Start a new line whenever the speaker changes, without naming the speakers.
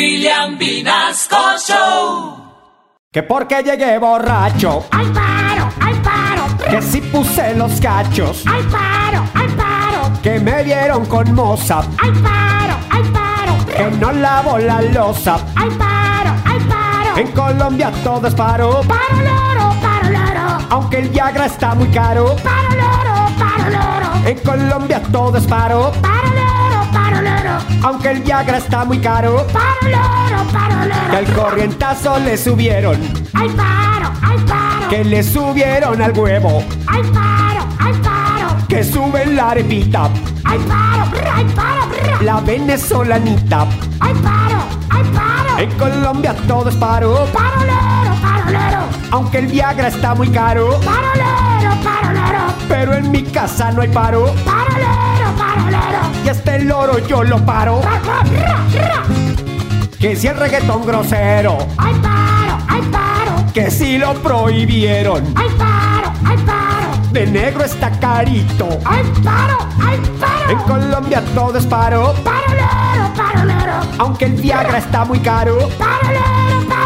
William Vinasco Show.
Que porque llegué borracho,
¡Al paro! ¡Al paro!
que si puse los cachos,
¡Al paro! ¡Al paro!
que me dieron con moza,
¡Al paro! ¡Al paro!
que no lavo la losa.
¡Al paro! ¡Al paro!
En Colombia todo es paro,
¡Paro loro! ¡Paro loro!
aunque el Viagra está muy caro.
¡Paro loro! ¡Paro loro!
En Colombia todo es paro,
¡Paro loro! ¡Paro loro!
aunque el Viagra está muy caro.
¡Paro loro! ¡Paro
Que
loro!
al corrientazo le subieron,
¡Al paro! ¡Al paro!
que le subieron al huevo,
¡Al paro! ¡Al paro!
que suben la arepita,
¡Al paro! brr, ¡Al paro! brr,
la venezolanita.
¡Al paro! ¡Al paro!
En Colombia todo es paro,
¡Paro loro! ¡Paro loro!
aunque el Viagra está muy caro.
¡Paro loro! ¡Paro loro!
Pero en mi casa no hay paro.
¡Paro loro! ¡Paro loro!
Y este loro yo lo paro.
Ra, ra, ra, ra.
Que si el reggaetón grosero.
¡Ay, paro! ¡Ay, paro!
Que si lo prohibieron.
¡Ay, paro! ¡Ay, paro!
De negro está carito.
¡Ay, paro! ¡Ay, paro!
En Colombia todo es paro.
¡Paro loro! ¡Paro loro!
Aunque el Viagra está muy caro.
¡Paro loro! ¡Paro